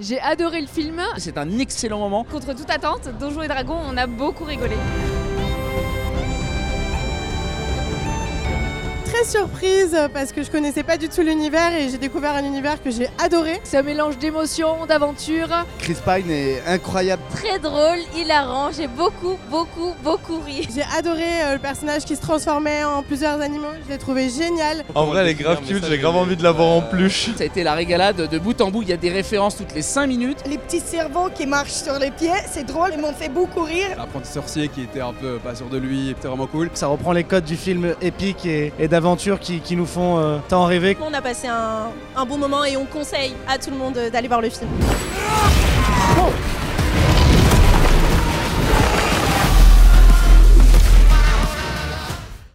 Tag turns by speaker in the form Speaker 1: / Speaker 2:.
Speaker 1: J'ai adoré le film.
Speaker 2: C'est un excellent moment.
Speaker 1: Contre toute attente, Donjons et Dragons, on a beaucoup rigolé.
Speaker 3: Très surprise parce que je connaissais pas du tout l'univers et j'ai découvert un univers que j'ai adoré.
Speaker 1: C'est un mélange d'émotions, d'aventures.
Speaker 4: Chris Pine est incroyable.
Speaker 5: Très drôle, hilarant, j'ai beaucoup, beaucoup, beaucoup ri.
Speaker 3: J'ai adoré euh, le personnage qui se transformait en plusieurs animaux, je l'ai trouvé génial.
Speaker 6: En vrai, elle est grave cute, j'ai grave envie de l'avoir en pluche.
Speaker 2: Ça a été la régalade de bout en bout. Il y a des références toutes les 5 minutes.
Speaker 7: Les petits cerveaux qui marchent sur les pieds, c'est drôle, ils m'ont fait beaucoup rire.
Speaker 8: L'apprenti sorcier qui était un peu pas sûr de lui, était vraiment cool.
Speaker 9: Ça reprend les codes du film épique et, et d'aventure qui, qui, nous font euh, tant rêver.
Speaker 10: On a passé un, un bon moment et on conseille à tout le monde d'aller voir le film.